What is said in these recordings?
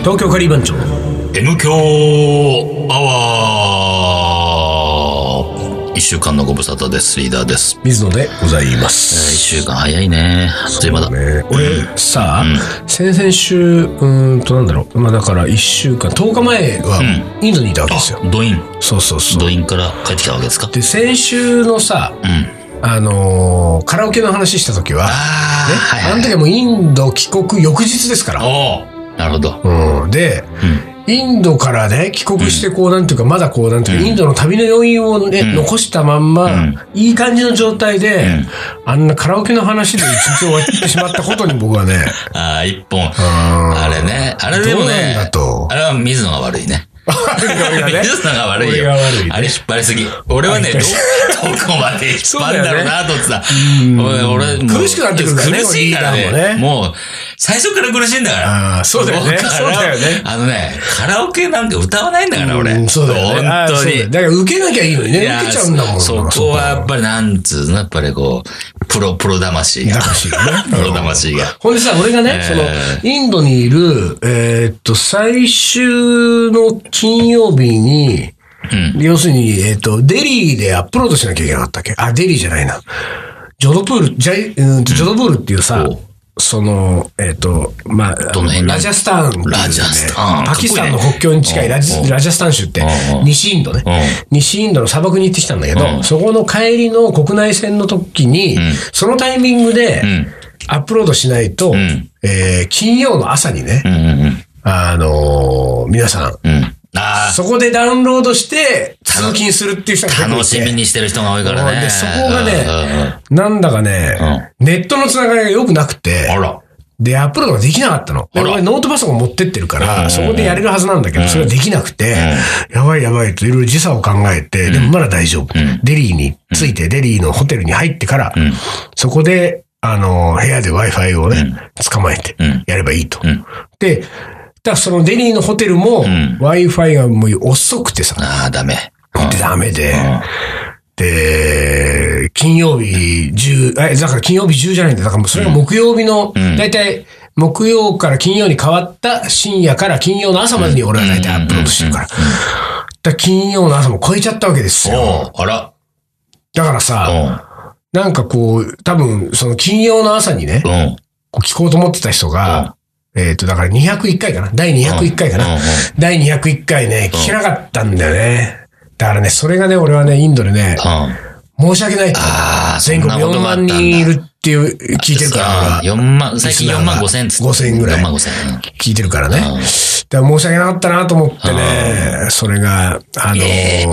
東京カリー番長 M 強アワー一週間のご無沙汰です。リーダーです。水野でございまえー一す。週間早いね。あっという間だ。ね、俺さあ、先々週うーんとなんだろうまあだから1週間10日前はインドにいたわけですよ、ドイン、そうそうそドうインから帰ってきたわけですかで先週のさうん。あのーカラオケの話した時はあね、ー、はいあはいの時はもうインド帰国翌日ですから。おーなるほど。うん、で、インドからね、帰国してこう、なんていうか、まだこう、なんていうか、インドの旅の余韻をね、残したまんま、んいい感じの状態で、あんなカラオケの話で一日終わってしまったことに僕はね、 あー、一本。ああれね。あれでもどうなんね。だとあれは水野が悪 いね。れ がね水野が悪い俺よ。が悪いねあれ引っ張りすぎ。俺はね、どうどこまで引っ張るんだろうなと思ってた。俺、俺もう苦しくなってくるからね苦しいからリーダーね。もねもう、最初から苦しいんだから。あーそうだよねもカラそうだよねあのね、カラオケなんか歌わないんだから、俺。うんそうだよね。あー本当そうだよに。だから受けなきゃいいのにね、受けちゃうんだもん。そそこはやっぱりなんつうの、やっぱりこう、プロ、プロ魂が。魂 がねプロ魂が。ほんでさ、俺がね、えーその、インドにいる、えーっと、最終の金曜日に、要するに、えーっと、デリーでアップロードしなきゃいけなかったっけあ、デリーじゃないな。ジョドプール、ジャイ、うんジョドプールっていうさ、ほうその、えーっ、と、まあ、どの辺にラジャスタンっていうね、ラジャスタンパキスタンの北境に近いかっこいいラジねおうおうラジャスタン州っておうお、う西インドね。西インドの砂漠に行ってきたんだけうんど、そこの帰りの国内線の時に、そのタイミングで、んアップロードしないと、んえー金曜の朝にね、うんうんうん。あのー皆さん、うん。ああ。そこでダウンロードして、通勤するっていう人が結構いて楽しみにしてる人が多いからね。で、そこがうんうんうんね、なんだかね、ネットのつながりが良くなくて、あら。で、アップロードができなかったの。であら俺ノートパソコン持ってってるかうんうんうんら、そこでやれるはずなんだけど、それができなくて、やばいやばいといろいろ時差を考えて、でもまだ大丈夫。デリーに着いて、デリーのホテルに入ってから、そこで、あの、部屋で Wi-Fi をね、捕まえてん、やればいいとん。で、だからそのデリーのホテルも、ん Wi-Fi がもう遅くてさ、ああ、ダメ。で、ダメで、で、金曜日10、え、だから金曜日10じゃないんだ。だからもうそれが木曜日の、だいたい木曜から金曜に変わった深夜から金曜の朝までに俺はだいたいアップロードしてるから。だから金曜の朝も超えちゃったわけですよ。おうあら。だからさ、なんかこう、多分その金曜の朝にねう、ん。うん。こう聞こうと思ってた人が、えっ、と、だから201回かな。第201回かな。うんうんうん第201回ね、聞けなかったんだよね。だからね、それがね、俺はね、インドでね、あ申し訳ないと。あ、そ全ん国なこと4があった万んだ。人いるっていう、聞いてるから、俺は4万、最近4万5千つって。 5000ぐらい4万5千。うん聞いてるからね。だうんから申し訳なかったなと思ってね、それが、あのー、え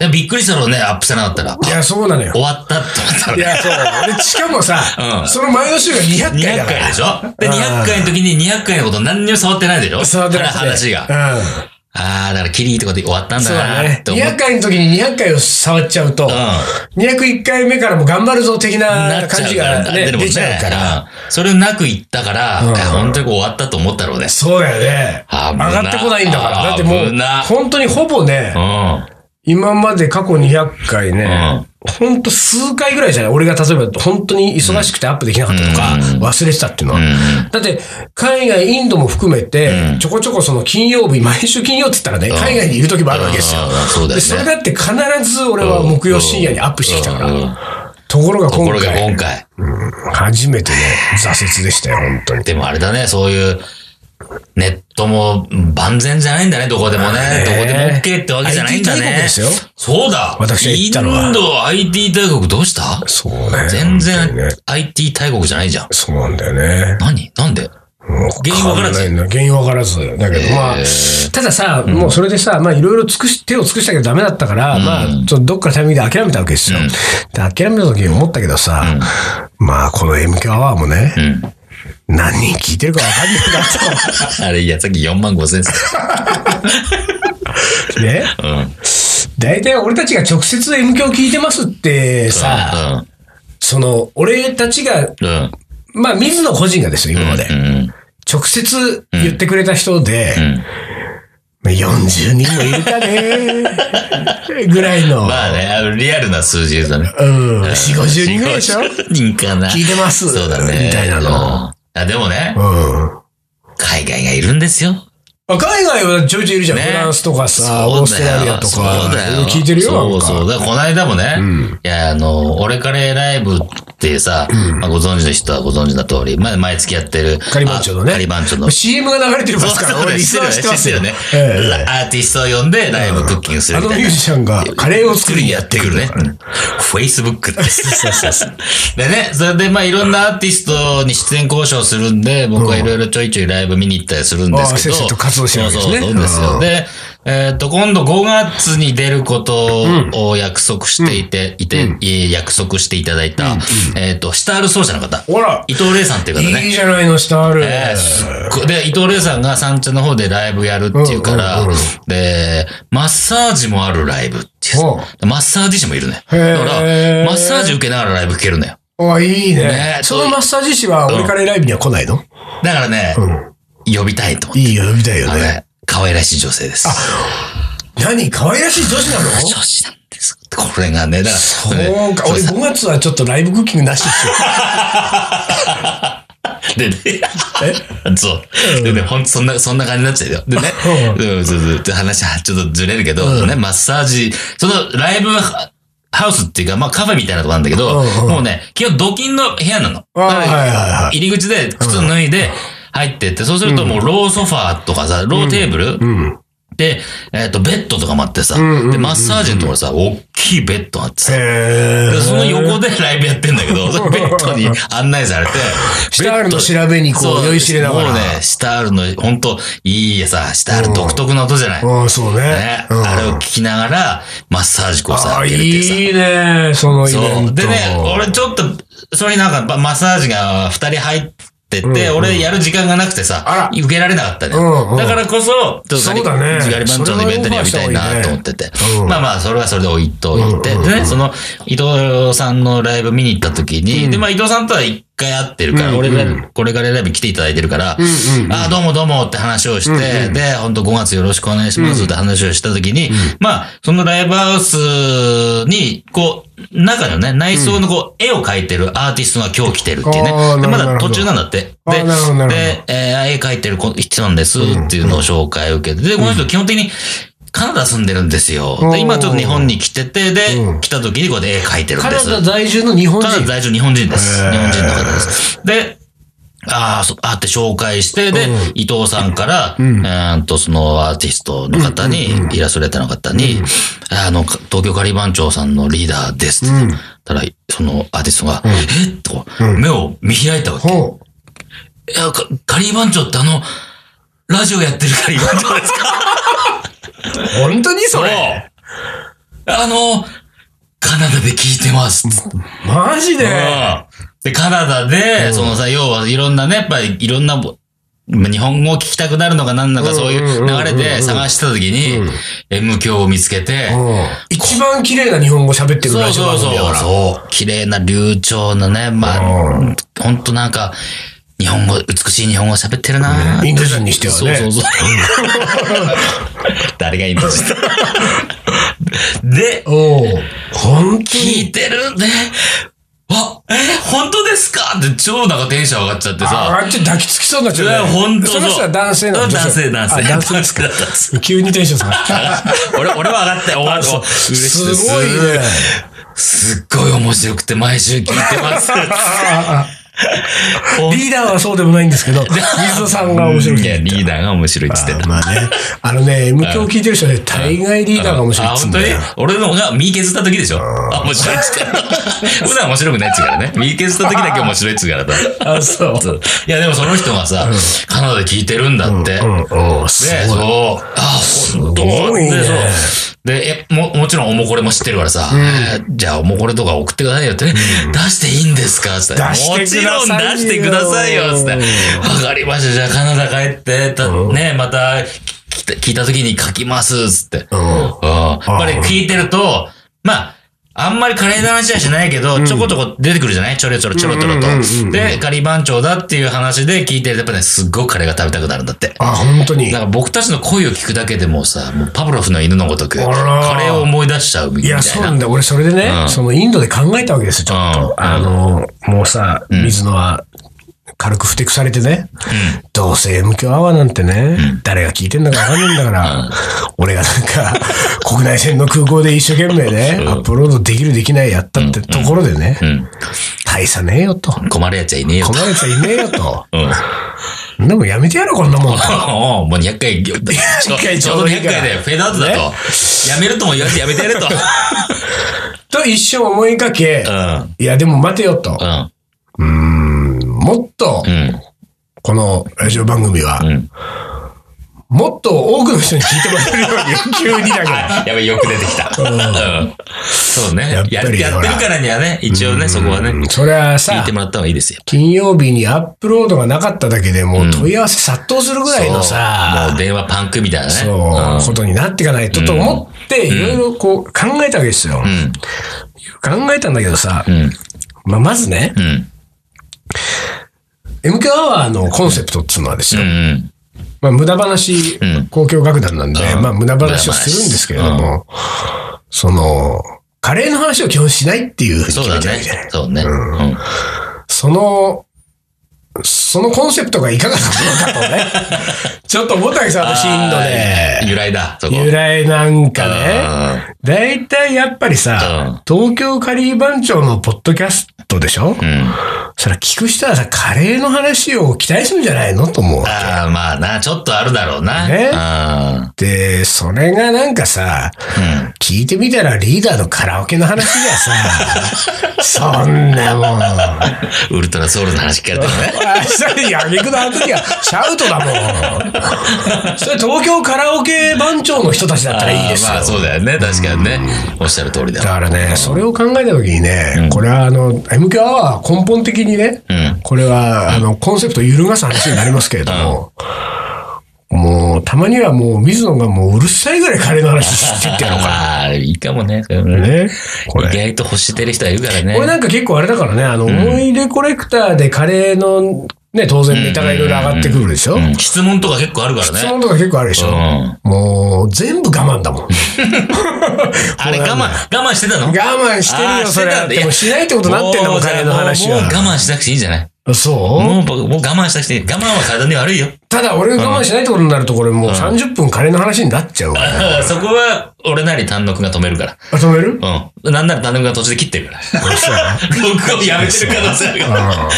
でもびっくりしたろうね、アップさなかったら。いや、そうなのよ終。わったって思ったいらね。や、そう。で、しかもさ、うんその前の週が200回だか200回らでし。ょで、200回の時に200回のこと何にも触ってないでしょそうだ話が。あうん。あ、だからキリとかで終わったんだそうだなーねっ。て思っ200回の時に200回を触っちゃうと、201回目からも頑張るぞ的ななっち感ゃうじからがね、出ちゃうから。うんそれをなく言ったから、うんいや本当にこう終わったと思ったろうね。そうだよね。危上ながってこないんだから。だってもう危な、本当にほぼね、う今まで過去200回ね、ほんと数回ぐらいじゃない俺が例えば本当に忙しくてアップできなかったとか、忘れてたっていうのは。だって、海外、インドも含めて、ちょこちょこその金曜日、毎週金曜って言ったらね、海外にいる時もあるわけですようんうん。そうだよねでそれだって必ず俺は木曜深夜にアップしてきたかうんうら。ところがん。とこ今ろが回、今回。初めてね、挫折でしたよ、本当に。でもあれだね、そういう、ネットも万全じゃないんだね、どこでもね。ねどこでも OK ってわけじゃないんだ IT 大ね国。ですよそうだ。私が言ったのはインド IT 大国どうしたそうね。本全当にね然 IT 大国じゃないじゃん。そうなんだよね。何なんでもう原因わか変わらずんないんだ原因わからず。だけど、まあ、たださ、もうそれでさ、まあいろいろ尽くし、手を尽くしたけどダメだったから、まあ、ちょっとどっかのタイミングで諦めたわけですよ。で、諦めた時に思ったけどさ、まあ、この MQ アワーもね、何人聞いてるかわかんないなあれ、いや、さっき4万5千です。と。 ね。うん。大体俺たちが直接 MQ 聞いてますってさ、その、俺たちが、うん。うん。まあ、水野個人がですよ、今まで。うん。直接言ってくれた人で、んまあ40人もいるかねぐらいの、 まあね、あのリアルな数字だね。うん、4、50人ぐらいでしょ50人かな。聞いてますそうだね。みたいなのうんあ、でもね、うん。海外がいるんですよ。あ海外はちょいちょいいるじゃん。ねフランスとかさ、そうだよオーストラリアとか。そうだよ。聞いてるよ、そうそう。なんかだからこの間もね、いや、あの、俺カレーライブってさ、まあ、ご存知の人はご存知の通り、まあ、毎月やってる。カリバンチョのね。あカリバン チョの。 CM が流れてるそうますから、そう俺、リスナー知知っっててるまよ知っすてるよよね。ええアーティストを呼んで、ライブクッキングするあみのたミいュなージ。シャンがカレーを作作るりんにだやってくるね。フェイスブックって。でね、それでまあいろんなアーティストに出演交渉するんで、僕はいろいろちょいちょいライブ見に行ったりするんですああけせっど。せと活動してるわけですねそうそうそうですよ。で、えっと、今度5月に出ることを約束していて、いて、いえ約束していただいた、えっと、シタール奏者の方。ほら伊藤玲さんっていう方ねいい。じゃないの、スタール。えーすっごいで、伊藤玲さんが三茶の方でライブやるっていうから、うんうんうんで、マッサージもあるライブっていうほマッサージ師もいるね。だかへーら、マッサージ受けながらライブ聴けるのよ。あ、いいねね。そのマッサージ師は、俺カレーライブには来ないのだからね、呼びたいと思って。いいよ、呼びたいよあね。のね、可愛らしい女性です。何可愛らしい女子なの女子なんです。これがね、だから、そうか、そ俺れさ5月はちょっとライブクッキングなしですよ。でね、 そう。でね、ほんとそんな、そんな感じになっちゃうよ。で ね、うん、そうそう、話はちょっとずれるけど、ね、マッサージ、そのライブハハウスっていうか、まあカフェみたいなとこなんだけど、うんうんもうね、基本土金の部屋なの。あはいはいは入り口で靴脱いで入ってって、そうするともうローソファーとかさ、ローテーブル、うん。で、えっ、と、ベッドとかもあってさ、んうんうんうんで、マッサージのところさ、大きいベッドがあってさ、へでーその横でライブやってんだ けど、そのベッドに案内されて、シタールの調べにこう酔いしれながらもうね、シタールの、本当いいさ、シタール独特の音じゃない。ね、うん、そうね。うんあれを聞きながら、マッサージこうあ、さ、やっいてるっていうさ。いね、そのイベンそト。う。でね、俺ちょっと、それになんかマッサージが二人入ってて、俺やる時間がなくてさあら、受けられなかったね。うんうんだからこそ、ちょっとガリそうだねガリバン長のイベントにはみたいなと思ってて。うんまあまあ、それはそれで置いといて。でね、その、伊藤さんのライブ見に行った時に、で、まあ伊藤さんとは一回会ってるから、俺が、これからライブ来ていただいてるから、ああ、どうもどうもって話をして、で、本当5月よろしくお願いしますって話をした時に、まあ、そのライブハウスに、こう、中のね、内装のこう、絵を描いてるアーティストが今日来てるっていうあーね。で、まなだるほ途ど中なんだって。あーなるほどなるほどで、で、えー絵描いてる子人なんですっていうのを紹介を受けて、で、この人基本的にカナダ住んでるんですよ。おーで、今ちょっと日本に来てて、で、うん来た時にこうやって絵描いてるんカでナす。ダ在住の日本カナダ人。在住日本人です。へー日本人の方です。で、ああ、そう、あーって紹介して、で、うん伊藤さんから、うん、んと、そのアーティストの方に、イラストレーターの方に、あの、か東京カリバン長さんのリーダーですって。たら、そのアーティストが、えっと、目を見開いたわけ。ほう。いや、かカリー番長ってあの、ラジオやってるカリー番長ですか本当に それ。あの、カナダで聞いてます。マジでで、カナダで、そのさ、要はいろんなね、やっぱりいろんな、ま日本語を聞きたくなるのかなんだかそういう流れで探してた時に、M 響を見つけて、うん一番綺麗な日本語喋ってるそラうジオそう番組だそう。かそう。綺麗な流暢なね、まあ、うほんとなんか、日本語、美しい日本語喋ってるなインド人にしてはねそうそうそう。 誰がイン ド人だでら。、おう本当聞いに。てるね。あ、え、本当ですかって超なんかテンション上がっちゃってさ。ああ、ちょっと抱きつきそうになっちいゃや、うね。本当その人は男性なの男性、女男性。あ男性だったんです。急にテンション下がった。 俺、俺は上がったよ。 あの嬉しすいですごいね。すっごい面白くて毎週聞いてます。あほん あリーダーはそうでもないんですけど、水野さんが面白いっていや、言っリーダーが面白いって言ってた。た。まあね、あのね、M 響聞いてる人ね、大概リーダーが面白いあ、っつう本ん当にだよ。俺のが身削った時でしょあ、面白いっつって。 普段面白くないっつうからね。身削った時だけ面白いっつうからだ。あ、そう。そういや、でもその人がさ、カナダで聞いてるんだって。うん、うん、すで、そう。あ、本当ごいねで、そう。で、え、も、もちろんおもこれも知ってるからさ、えーじゃあおもこれとか送ってくださいよって、出していいんですかつって。出してくださいよもちろん出してくださいよつって。わかりました。じゃあカナダ帰って、たね、また、きき聞いた時に書きます、つって。うん。あうんやっぱり聞いてると、まあ、あんまりカレーの話はしないけど、ちょこちょこ出てくるじゃないちょろちょろちょろちょろと。で、カリー番長だっていう話で聞いてると、やっぱね、すっごくカレーが食べたくなるんだって。本当に。だから僕たちの声を聞くだけでもうさ、もうパブロフの犬のごとく、あらカレーを思い出しちゃういみたいな。や、そうなんだ。俺、それでね、うんそのインドで考えたわけですよ、ちょっと。うんあの、もうさ、水野は、軽くふてくされてね、どうせ M 響アワーなんてね、誰が聞いてんだかわかんないんだから、俺がなんか、国内線の空港で一生懸命ね、アップロードできるできないやったってところでね、うん。大差ねえよと。困るやつはいねえよ困と。るやつはいねえよと。うん。 でもやめてやるこんなもん。もう200回、 ちょうど回ちょうどいい200から回でフェードアウトだと。やめるとも言わずやめてやれ と。と一生思いかけう、ん。いやでも待てよと。うん。うーん、もっと、うん。このラジオ番組は、うん。もっと多くの人に聞いてもらえるように、急に だから。やべ、よく出て きた。うん。そうね。ややっっぱりやってるからにはね、一応ね、そこはね、それは聞いさて、もらった方がいいですよ。金曜日にアップロードがなかっただけでもう問い合わせ殺到するぐらいのそうもさう、電話パンクみたいなね。そう、ことになっていかないとと思って、いろいろこう考えたわけですよ。ん考えたんだけどさう、ん。うん。まあ、まずねう、ん。 MK アワーのコンセプトっつうのはですうよ、ん。まあ、無駄話、うん公共楽団なんで、うんまあ、無駄話をするんですけれど無駄も、その、カレーの話を基本しないっていうふうにそう決だめてないじゃないね。そうね。うん。その、そのコンセプトがいかがなものか とね、ちょっと思ったわけですよ、私、インドあーで。由来だ、そこ。由来なんかね。大体やっぱりうんさ、東京カリー番長のポッドキャストでしょ、うん。うん。それ聞く人はさ、カレーの話を期待するんじゃないのと思う。ああ、まあな、ちょっとあるだろうな。ねうん。で、それがなんかさ、うん。聞いてみたらリーダーのカラオケの話じゃ さ、そんなもん。ウルトラソウルの話聞かれても ね。それ、やげくのあの時はシャウトだもん。それ、東京カラオケ番長の人たちだったらいいですよ。まあそうだよね。確かにね。おっしゃる通りだだわ。からね、それを考えた時にね、これはあの、MQ アワー根本的にね、うんこれは、あの、コンセプトを揺るがす話になりますけれども、もう、たまにはもう、水野がもううるさいぐらいカレーの話してってやろう かああ、いいかもね。それもな。ねね。こ意れ。外と欲してる人はいるからね。これなんか結構あれだからね、あの、思い出コレクターでカレーの、ね、当然ネタがいろいろ上がってくるでしょ、うん質問とか結構あるからね。質問とか結構あるでしょ、うんもう、全部我慢だもん。あれ我慢、我慢してたの我慢してるよ、あーそれは。してたんだでも、しないってことになってんだももん、うカレーの話もうもうは。我慢しなくていいんじゃないそうもう僕もう我慢しなくていい。我慢は体に悪いよ。ただ、俺が我慢しないってことになると、これもう30分カレーの話になっちゃうから。そこは、俺なり単独が止めるから。あ止めるうん。なんなら単独が途中で切ってる から。 僕をやめてる可能性あるか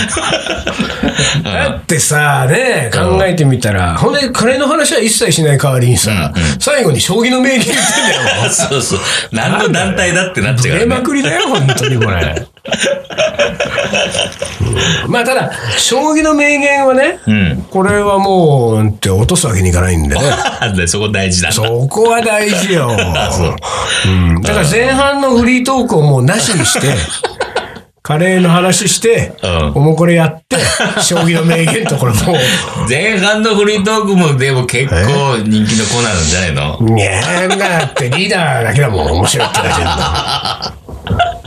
ら。だってさ、ね、考えてみたら、ほんで、カレーの話は一切しない代わりにさ、最後に将棋の名言言ってんだよ。そうそう。何の団体だってなっちゃう出からまね。くりだよ、本当にこれ。うんまあ、ただ、将棋の名言はね、うん。 これはもう、うんって落とすわけにいかないんでね。でそこ大事なんだ。そこは大事 よ。うんだから前半のフリートークをもうなしにして、 カレーの話して、うんおもこれやって、将棋の名言とこれも前半のフリートークもでも結構人気のコーナーなんじゃないのう、にゃーんだってリーダーだけだもん、面白いってだけだ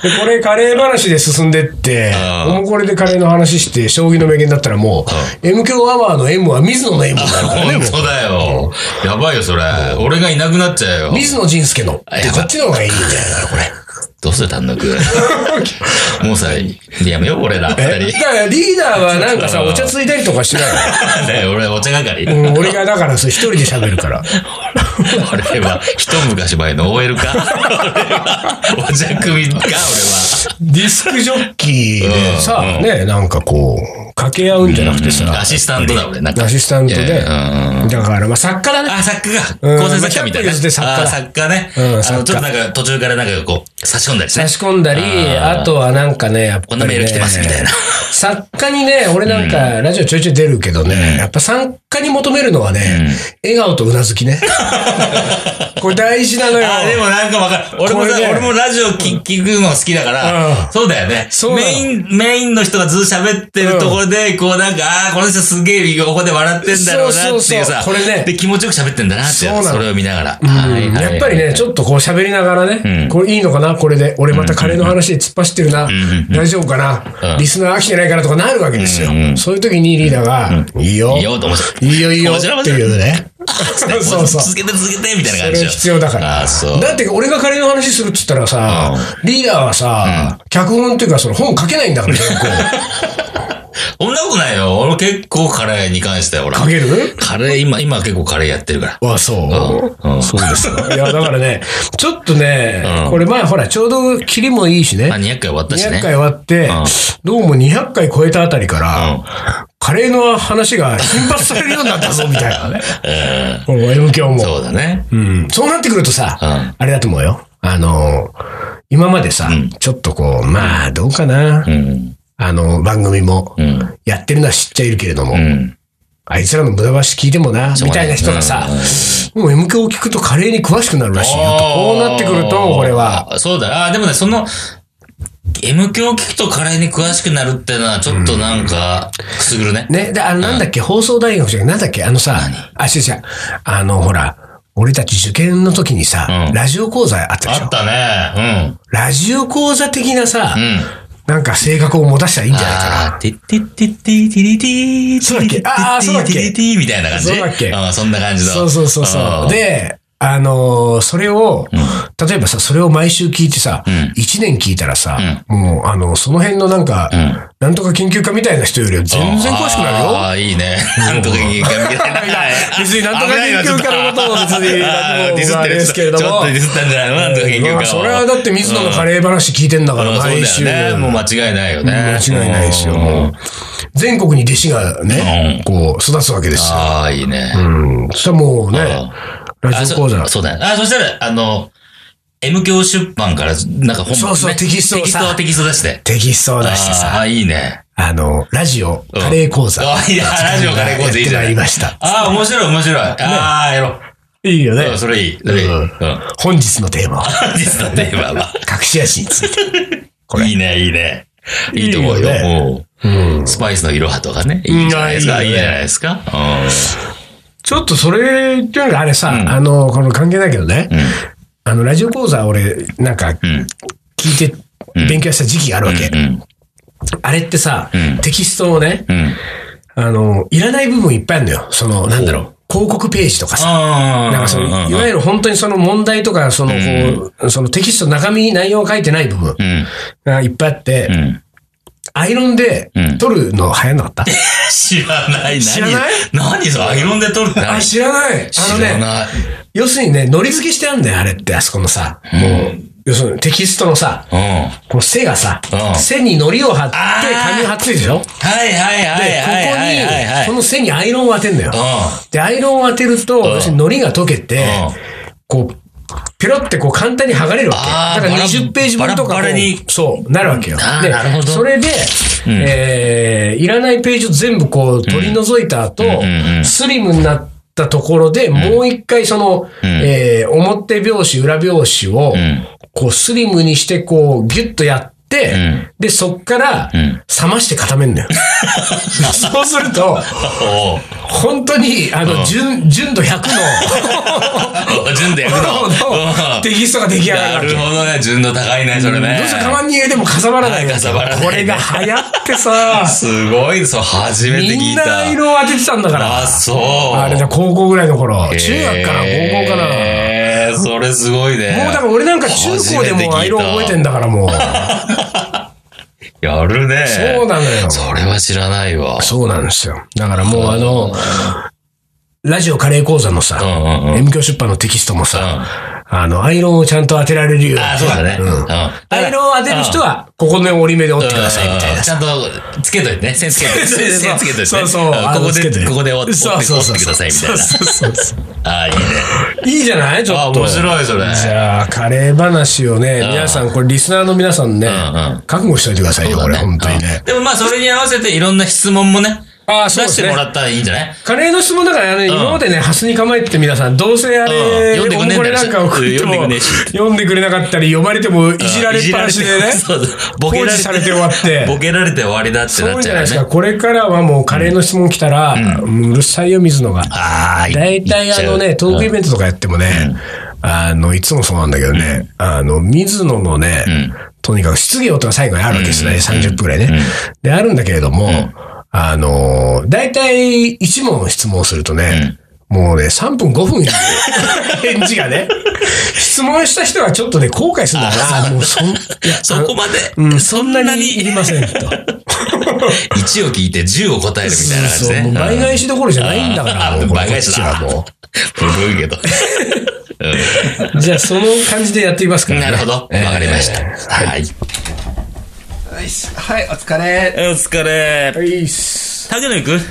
で、これカレー話で進んでって、うんおもこれでカレーの話して、将棋の名言だったらもう、M 強アワーの M は水野の M になるからね。もう本当だよ。やばいよ、それ。俺がいなくなっちゃうよ。水野仁介の。で、こっちの方がいいんだよな、これ。どうす る単独。もうさ、やめよう、俺ら、え二人。だからリーダーはなんかさ、お茶ついたりとかしないね 俺、お茶係。の。うん俺がだから、それ一人で喋るから。俺は、一昔前の OL か。 俺は、お茶組か、俺は。ディスクジョッキーでさ、うんね、なんかこう、掛け合うんじゃなくてさ、アシスタントだ、俺。なんかアシスタントいでやいやうん。だから、まあ作家だね。あ、作家うんが。構成作家みたいまあキャップ譲な。って作家だあ作家ね。うんあ作家の、ちょっとなんか、途中からなんかこう、差し込んだりして差。し込んだり、あとはなんかね、やっぱり、ね。こんなメール来てますみたいな作家にね、俺なんか、ラジオちょいちょい出るけどね、やっぱ作家に求めるのはね、笑顔とうなずき ね。これ大事なのよ。あ、でもなんかわかる。俺もこれねさ、俺もラジオ聞聞くの好きだかうんら、そうだよねそう。なのメイン、メインの人がずっと喋ってるところで、こうなんか、ああ、この人すげえ横で笑ってんだろうなっていうさ、そうそうそうこれねで、気持ちよく喋ってんだなって、そうなのそれを見ながら。うんはいはいやっぱりね、ちょっとこう喋りながらね、これいいのかなこれで。俺またカレーの話で突っ走ってるな。大丈夫かな、うんリスナー飽きてないからとかなるわけですよ。うんうんそういう時にリーダーが、いいよ。いいよと思っていいよ、いいよ。面白いっていう ね。ね そうそう続けて続けてみたいなそ感じれよ必要だから。あーそう。だって俺がカレーの話するっつったら さ、リーダーはさ、脚本っていうかその本書けないんだから、原稿そんなことないよ。俺結構カレーに関しては、ほらか。けるカレー、今、今結構カレーやってるから。。あ、そううんそうですか。いや、だからね、ちょっとね、うんこれ前ほら、ちょうど切りもいいしねあ、、200回終わったし200ね。回終わって、うんどうも200回超えたあたりから、カレーの話が頻発されるようになったぞ、みたい なね。うん。もう M 響うん。も。そうだね。うん。そうなってくるとさ、うんあれだと思うよ。あの、今までさ、うんちょっとこう、まあ、どうかな。うん。あの、番組もう、ん。やってるのは知っちゃいるけれども、うん。あいつらの無駄話聞いてもな、そうみねたいな人がさ、もう M 響を聞くとカレーに詳しくなるらしいよと。こうなってくると、これは、あー。そうだ。あー、でもね、その、M 響を聞くとカレーに詳しくなるってのは、ちょっとなんか、くすぐるね。ね、で、あの、なんだっけ、放送大学じゃなくてなんだっけ、あのさ、あ、違う違う、あの、ほら、俺たち受験の時にさ、うんラジオ講座あったでしあょったね。ラジオ講座的なさ、うん。うん。なんか性格を持たせたらいいんじゃないかな。ああー、てってってってってりてーそうだっけあーそうだっけてりてーみたいな感じ。そうだっけあーそんな感じだ。そうそうそうそあう。ー、で、あのーそれを、例えばさ、それを毎週聞いてさ、ん一1年聞いたらさ、もう、あの、その辺のなんか、んなんとか研究家みたいな人よりは全然詳しくなるよ。ああー、いいね。なんとか研究家みたいな。別になんとか研究家のことを別にあーディスあってれるですけれどもちょっとディスったんじゃないのなんとか研究家まをあそれはだって水野のカレー話聞いてんだから、うん毎週。そうだよね。もう間違いないよね。間違いないですよ。うんもう全国に弟子がね、こう、育つわけですよ。ああ、いいね。うん。そしたらもうね、ラあジそオ講座。そうだね。あ、そしたら、あの、M 教出版から、なんか本そうそうねテキストをテキスさトはテキスト出して。テキストを出してさ、ああ、いいね。あの、ラジオ、うんカレー講座。ああ、いや、ラジオカレー講座いいじゃやってまないり。ました。ああ、面白い、面白い。ああ、やろいいよう。うん、それいい。それいい。ううん ん。本本日のテーマは、 日のテーマは。隠し味について。いいね、いいね。いいと思うよ。いいよもうスパイスのいろはとかね。いいじゃないですか。うんいいじゃないですか。ちょっとそれっていうのがあれさ、うんあの、この関係ないけどね、うん。うんあの、ラジオ講座俺、なんか、うん。聞いて、うん勉強した時期があるわけ。うん。あれってさ、うんテキストをね、うん。あの、いらない部分いっぱいあるのよ。その、なんだろう、広告ページとかさ。ああ。なんかその、いわゆる本当にその問題とか、その、こう、そのテキストの中身、内容が書いてない部分うん。がいっぱいあって、うん。アイロンでうん撮るの流行んなかった、知らない。知らない何何それアイロンで撮るってあ、何知らない。あの知らね、ない。要するにね、のり付けしてあるんだよ、あれって、あそこのさ、もう、要するにテキストのさ、うん。はいこの背がさ、うん背にのりを貼って、あー紙を貼っついてるでしょで、こはいはいはいはいはいはこい。に、この背にアイロンを当てんだよ。うで、アイロンを当てると、要するにのりが溶けて、こう、ピロってこう簡単に剥がれるわあけ。ーだからバラ20ページ分とかバラバラにこうそう、なるわけよ。あーなるほどそれで、んえーいらないページを全部こう取り除いた後、んうんうんスリムになったところで、もう一回その、えー表表紙、裏表紙を、んこうスリムにしてこうギュッとやって、んで、そっから、ん冷まして固め んだよ。そうすると、ん。おう本当に、あの、純、純度100の、純 度やるの。うんテキストが出来上がなるわるけ。ほどね。純度高いね、それね。どうせカバンに入れてもかさばらないわけかさばらない、これが流行ってさ すごい、そう、初めて聞みいんた。な色を当ててたんだから。あ、そう。あれだ、高校ぐらいの頃。中学かな高校かなえー、それすごいね。もうだから俺なんか中高でもアイロン覚えてんだからもう。やるね。そうなのよ。それは知らないわ。そうなんですよ。だからもうあの、ラジオカレー講座のうさ、んうんうん。 M 教出版のテキストもさ、あの、アイロンをちゃんと当てられるように。あ、そうだね。んアイロンを当てる人は、ここの折り目で折ってくださいみたいなち。ゃんとつけといてね。線つけとい て。そうそう線つけといてね。そうそう。あここつけてで、ここで折ってそ折うってそう折っそうてくださいみたいな。そうそうそうあいいね。いいじゃないちょあっと。面白い、それ。じゃあ、カレー話をね、皆さん、これリスナーの皆さんねんうん、覚悟しといてくださいよ、そこうれ、だね本当にね。でもまあ、それに合わせていろんな質問もね、ああ、出してもらったらいいんじゃないカレーの質問だからね、今までね、ハスに構えてて皆さん、どうせあれ、うん読んでくんねえこんだよれなんか送っても読んでくんねえし、読んでくれなかったり、読まれてもいじられっぱなしでね、 そうそうボケられ放置されて終わってボケられて終わりだってそなうっじちゃゃうないでよすか。ね。これからはもうカレーの質問来たら、うんうるさいよ、水野が。ああ、大体あのね、トークイベントとかやってもね、あの、いつもそうなんだけどね、あの、水野のね、とにかく質疑応答が最後にあるわけですね、30分くらいね。で、あるんだけれども、あの、大体1問質問するとね、もうね、3分5分いる返事がね。質問した人がちょっとね、後悔するんだから、もうそん、いやそこまで、うん、そそんんななに にいりませんと。 1を聞いて10を答えるみたいな感じね。もう倍返しどころじゃないんだから、もうこれ倍返しこっだ。ちはも古いけど。う。じゃあ、その感じでやっていきますからね。なるほど。わかりました。はい。はい、はい、お疲れ。お疲れ。いいっす。竹野行く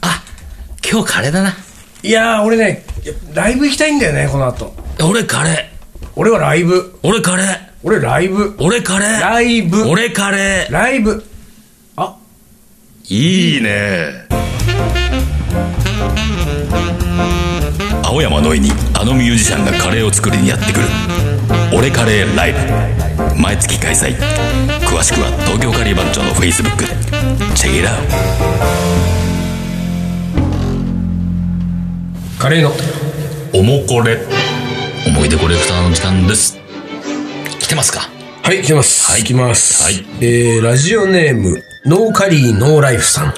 あ、今日カレーだな。いやー、俺ね、ライブ行きたいんだよね、この後。俺カレ俺はライブー。。俺カレー。俺ライブ。俺カレー。ライブ。俺カレライブ。あ、ー。いいね。青山のいにあのミュージシャンがカレーを作りにやってくる「俺カレーライブ」毎月開催詳しくは東京カリー番長のフェイスブックでチェックイットアウトカレーの。おもこれ思い出コレクターの時間です来てますかはい、行きます。はい行きます。はいえー、ラジオネーム、ノーカリーノーライフさん。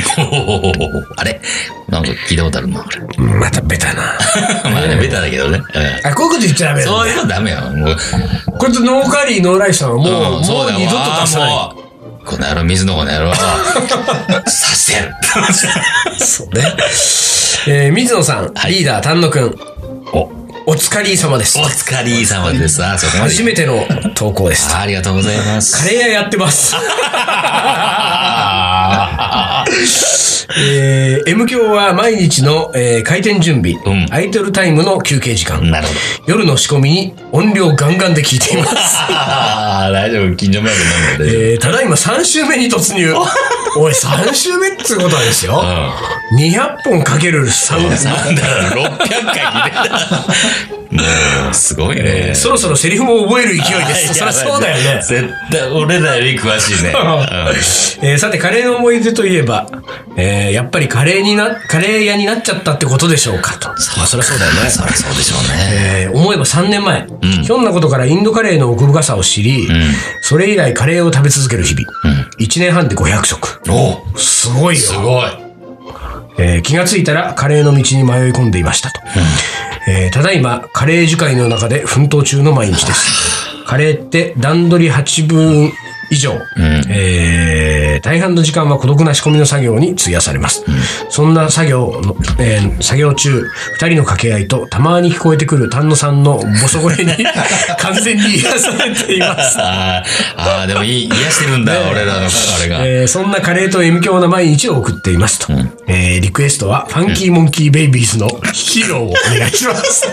あれなんか聞いたことあるなこれまたベタな。 まあねベタだけどね、 うんあ、こういうこと言っちゃダメだ。そういうのダメよもうこれとノーカリーノーライフさんはもう、もんうそうだよ二度と出さなあーもうこの野郎水のこの野 郎刺してるい。そうね。 えー、水野さん、リーダー丹野くん、おおお疲れ様です。疲れ様ですあそこまで初めての投稿です。ありがとうございまカすレー屋やってます。あー えー、M 教は毎日の、えー開店準備、うんアイドルタイムの休憩時間、なるほど夜の仕込みに音量ガンガンで聞いています。 あー大丈夫近所迷惑になるのでえー、ただいま3週目に突入。おい、3週目っつうことはですよ。200本かける3です。なんだろう、600回聞いてた。もう、すごいね。そろそろセリフも覚える 勢いでいやす。そりゃそうだよね。絶対、俺らより詳しいね。 えーさて、カレーの思い出といえば、えーやっぱりカレーにな、カレー屋になっちゃったってことでしょうかと。まあそりゃそうだよね。そりゃそうでしょうね。えー思えば3年前、ひょんなことからインドカレーの奥深さを知り、それ以来カレーを食べ続ける日々。1年半で500食。おすごいすよ。ごい。えー気がついたらカレーの道に迷い込んでいましたと。えーただいま、カレー樹海の中で奮闘中の毎日です。カレーって段取り8分以上、えー大半の時間は孤独な仕込みの作業に費やされます。そんな作業の、えー作業中、二人の掛け合いとたまに聞こえてくる丹野さんのボソ声に 完全に癒されています。あーあー、でもいい、癒してるんだ、俺らの、あれが。えーそんなカレーと M 響の毎日を送っていますと。えーリクエストは、ファンキーモンキーベイビーズのヒーローをお願いします。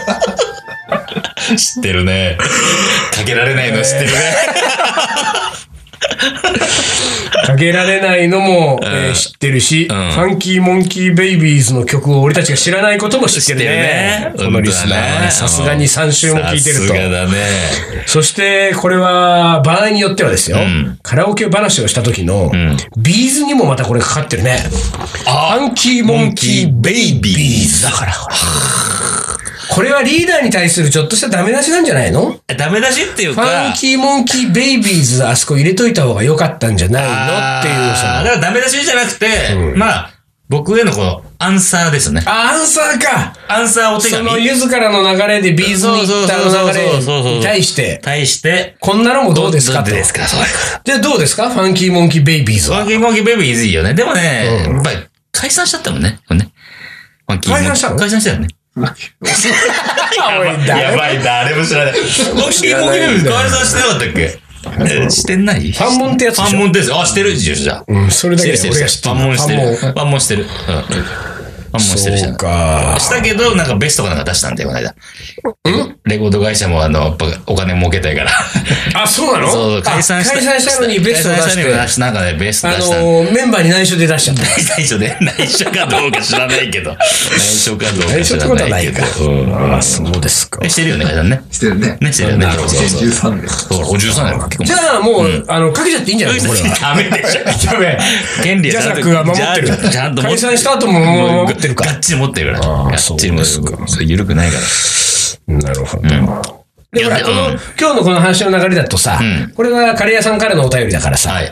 知ってるね。かけられないの知ってるね。かけられないのも、えー知ってるし、んファンキーモンキーベイビーズの曲を俺たちが知らないことも知ってるね。知ってるねこのリスナーはうんね、さすがに3週も聞いてさすがるだね。と。そして、これは、場合によってはですよ、んカラオケ話をした時の、ビーズにもまたこれかかってるね。あファンキーモンキーベイビーズだから。これはリーダーに対するちょっとしたダメ出しなんじゃないのダメ出しっていうフか。ァンキーモンキーベイビーズあそこ入れといた方が良かったんじゃないのっていう、そのあー。だからダメ出しじゃなくて、まあ、僕へのこの、アンサーですね。あ、アンサーかアンサーお手そ紙。のゆずからの流れでビーズに行ったの流れに対して、対して、こんなのもどうですかと。どうですか、そういうこと。で、どうですかファンキーモンキーベイビーズワはン。キーモンキーベイビーズいいよね。でもね、やっぱり解散しちゃったもんね。これねワンキーモンキー解散したの解散したよね。やばい、誰も知らない。ワンキーモンキーベイビーズ解散してなかったっけえしてないファンモンってやつでしょファンモンです。あ、してるでしょ、じゃあ。うん、それだしてけるでして俺るが知しっててる。るファンモンしてる。フファンモンァンモンしてる。うんファンモンしてるじゃそんう。か。したけど、なんかベストかなんか出したんだよ、この間。レコード会社も、あの、やっぱお金儲けたいから。あ、そうなのそう、解散した。あ解散したのにベストを出解散ししたのにて出。しなんかね、ベストあ出したんだ。のー、メンバーに内緒で出しちゃった。 内緒で、内緒かどうか知らない けど。内緒かどうか内緒知ってらことはなないけいかど。うん。あ、そうですかえしてるよね、解散ね。してるね。ね、してるよね。そうそうそう。 2013年。そう、53年か、結構。じゃあもう、あの、かけちゃっていいんじゃないのこれは。 ダメでしょ。ダメ。権利ジはャちスゃラッんクとが守ってる。ちゃんと解散したた後も守ってるかがら。っちり持ってるから。あーがっちり持ってそうる。そう緩くないから。なるほど。いで、やほら、この、うん今日のこの話の流れだとさ、うんこれはカレー屋さんからのお便りだからさ、はい。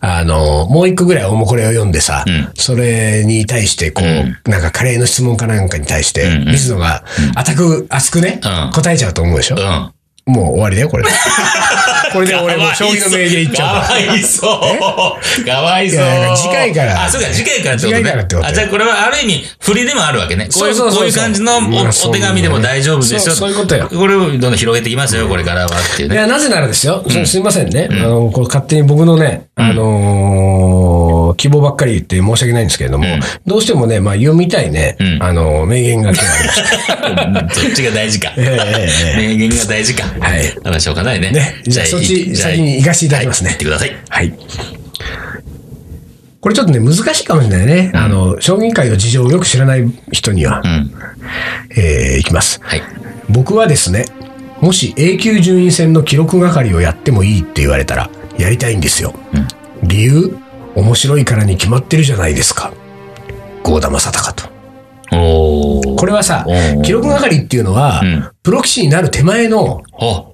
あの、もう一個ぐらいおもこれを読んでさ、んそれに対して、こう、うなんかカレーの質問かなんかに対して、うんうん水野が、あたく、熱くね、うん答えちゃうと思うでしょ、うん。もう終わりだよ、これ。これで俺もう将棋の名言いっちゃうかわいそう。かわいそういやだから次回からあ、そうか、次回からってこと次回ねからってことよあ、じゃあこれはある意味、振りでもあるわけね。こういう、そうそうそうそうこういう感じのおいやお手紙でも大丈夫ですよ。そうそういうことよこれをどんどん広げていきますよ、これからはっていういね。や、なぜならですよ。そうすみませんね。あの、これ勝手に僕のね、あのー希望ばっかり言って申し訳ないんですけれども、どうしてもね、まあ読みたいね、んあのー、名言が今日ありま した。うんそっちが大事か。ええええ名言が大事か。はいだからしょうがないね。ねじゃあそっちじゃあ先に行かせていただきますねはい行ってください。はい。これちょっとね、難しいかもしれないね。あの、将棋界の事情をよく知らない人には、うん。えーいきます。はい。僕はですね、もし A 級順位戦の記録係をやってもいいって言われたら、やりたいんですよ。理由面白いからに決まってるじゃないですか。郷田正孝と。おー。これはさおー、記録係っていうのは、うんプロ棋士になる手前の、あ、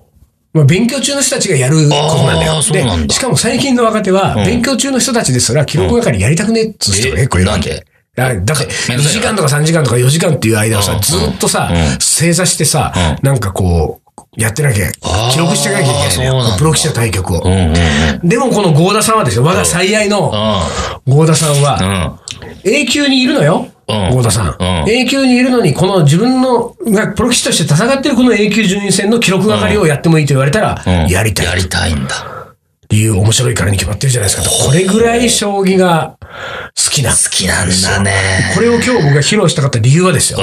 まあ、勉強中の人たちがやることなんだあよー。そうなんだで、しかも最近の若手は、ん勉強中の人たちですら、記録係やりたくねえっつう人が結構いるわけ。えなんであだって、め2んどくさ時間とか3い時間とか4時間っていう間をうさん、ずっとさう、正座してさうん、なんかこう、やってなきゃ、あー記録してなきゃいけないそうのなんよ。だプロ棋士の対局うんを。うんうん。でもこの郷田さんはですよ、我が最愛の郷田さんは、う A 級にいるのよ、うん郷田さん。うん A 級にいるのに、この自分の、がプロ棋士として戦ってるこの A 級順位戦の記録係をやってもいいと言われたら、んうん。やりたいや。りたいんだ。理由面白いからに決まってるじゃないですかと。これぐらい将棋が好きな。好きなんだね。これを今日僕が披露したかった理由はですよ。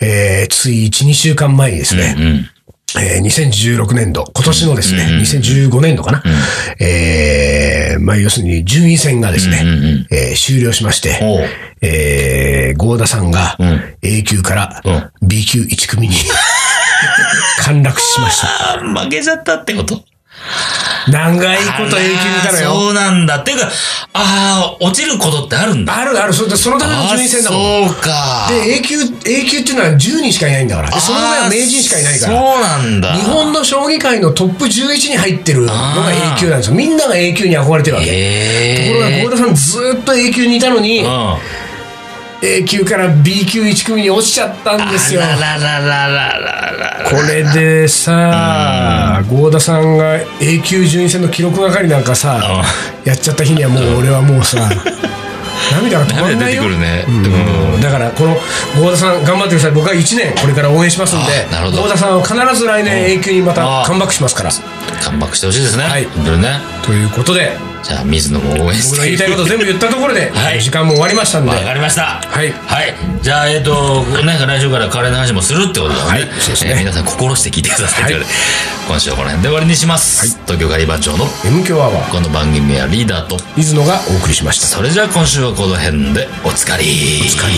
えー、つい1、2週間前にですね、うん。うん。えー2016年度、今年のですね、2015年度かな。えー、まあ要するに順位戦がですね、うんうんうんえー終了しまして、おう。えー、郷田さんがん A 級からうん B 級1組に 陥落しました。あー負けちゃったってこといいこ長いこと A 級にいたのよ。そうなんだ。っていうか、ああ、落ちることってあるんだ。あるある、それでそのための順位戦だもん。あーそうか。で、A 級、A 級っていうのは10人しかいないんだから。で、その前は名人しかいないから。あーそうなんだ。日本の将棋界のトップ11に入ってるのがあ A ー級なんですよ。みんなが A 級に憧れてるわけ。ところが、ええ郷田さんずーっと A 級にいたのに、うん。 A 級から B 級1組に落ちちゃったんですよ。あらららららららこれでさ、郷田さんが A 級順位戦の記録係なんかさ、やっちゃった日にはもう俺はも うさ、涙が止ま涙んな出いよてく。るね。うんだからこの郷田さん頑張ってください僕は1年これから応援しますんであなるほど郷田さんは必ず来年永久にまたあカムバックしますから感爆してほしいですね。はい本当にね。ということでじゃあ、水野も応援して僕の言いたいこと全部言ったところで、はい時間も終わりましたんでわかりました。はいはい。じゃあ、えっ、と、ね、来週からカレーの話もするってことだね。はいそうですねえー皆さん心して聞いてください。はいということで、今週はこの辺で終わりにします。東京カリー番長の M 強アワーこの番組はリーダーと、水野がお送りしましたそれじゃあ今週はこの辺でおつかり。おつかり。